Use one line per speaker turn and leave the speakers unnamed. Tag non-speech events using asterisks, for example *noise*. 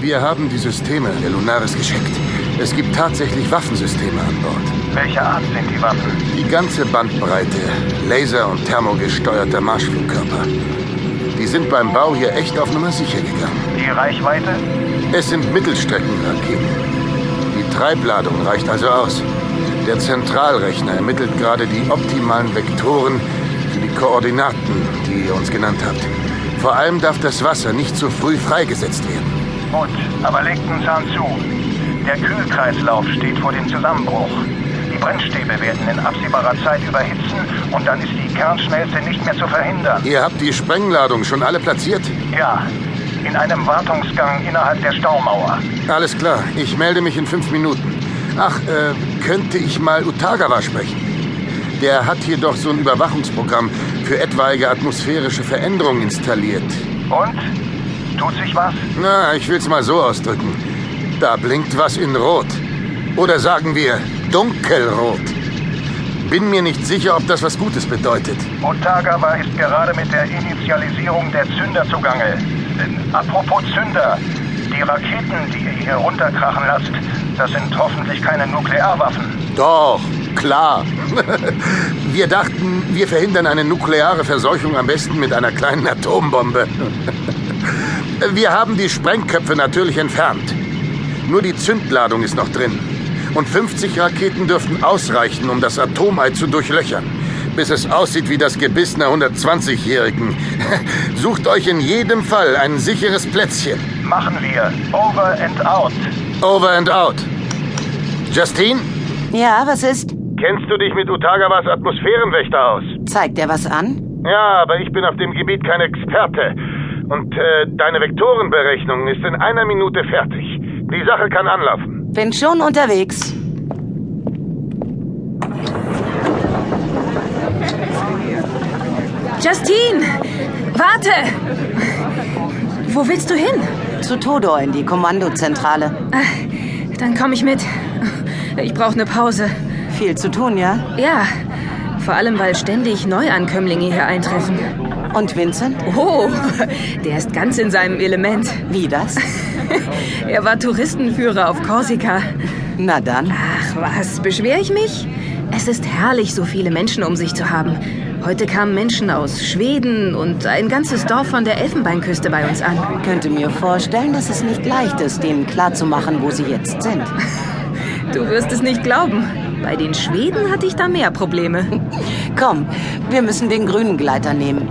Wir haben die Systeme der Lunaris geschickt. Es gibt tatsächlich Waffensysteme an Bord.
Welche Art sind die Waffen?
Die ganze Bandbreite laser- und thermogesteuerter Marschflugkörper. Die sind beim Bau hier echt auf Nummer sicher gegangen.
Die Reichweite?
Es sind Mittelstreckenraketen. Die Treibladung reicht also aus. Der Zentralrechner ermittelt gerade die optimalen Vektoren für die Koordinaten, die ihr uns genannt habt. Vor allem darf das Wasser nicht zu früh freigesetzt werden.
Gut, aber lenkt uns an zu. Der Kühlkreislauf steht vor dem Zusammenbruch. Die Brennstäbe werden in absehbarer Zeit überhitzen und dann ist die Kernschmelze nicht mehr zu verhindern.
Ihr habt die Sprengladung schon alle platziert?
Ja, in einem Wartungsgang innerhalb der Staumauer.
Alles klar, ich melde mich in fünf Minuten. Ach, äh, könnte ich mal Utagawa sprechen? Der hat hier doch so ein Überwachungsprogramm für etwaige atmosphärische Veränderungen installiert.
Und? Tut sich was?
Na, ich will's mal so ausdrücken. Da blinkt was in Rot. Oder sagen wir dunkelrot. Bin mir nicht sicher, ob das was Gutes bedeutet.
Otagawa ist gerade mit der Initialisierung der Zünder zugange. Äh, apropos Zünder, die Raketen, die ihr hier runterkrachen lasst, das sind hoffentlich keine Nuklearwaffen.
Doch, klar. *laughs* Wir dachten, wir verhindern eine nukleare Verseuchung am besten mit einer kleinen Atombombe. *laughs* Wir haben die Sprengköpfe natürlich entfernt. Nur die Zündladung ist noch drin. Und 50 Raketen dürften ausreichen, um das Atomei zu durchlöchern. Bis es aussieht wie das Gebiss einer 120-Jährigen. *laughs* Sucht euch in jedem Fall ein sicheres Plätzchen.
Machen wir. Over and out.
Over and out. Justine,
Ja, was ist?
kennst du dich mit Utagawas Atmosphärenwächter aus?
Zeigt er was an?
Ja, aber ich bin auf dem Gebiet kein Experte. Und äh, deine Vektorenberechnung ist in einer Minute fertig. Die Sache kann anlaufen.
Bin schon unterwegs.
Justine! Warte! Wo willst du hin?
Zu Todor in die Kommandozentrale.
Ah, Dann komme ich mit. Ich brauche eine Pause.
Viel zu tun, ja?
Ja, vor allem, weil ständig Neuankömmlinge hier eintreffen.
Und Vincent?
Oh, der ist ganz in seinem Element.
Wie das?
Er war Touristenführer auf Korsika.
Na dann.
Ach was, beschwere ich mich? Es ist herrlich, so viele Menschen um sich zu haben. Heute kamen Menschen aus Schweden und ein ganzes Dorf von der Elfenbeinküste bei uns an.
Könnte mir vorstellen, dass es nicht leicht ist, denen klarzumachen, wo sie jetzt sind.
Du wirst es nicht glauben. Bei den Schweden hatte ich da mehr Probleme.
Komm, wir müssen den grünen Gleiter nehmen.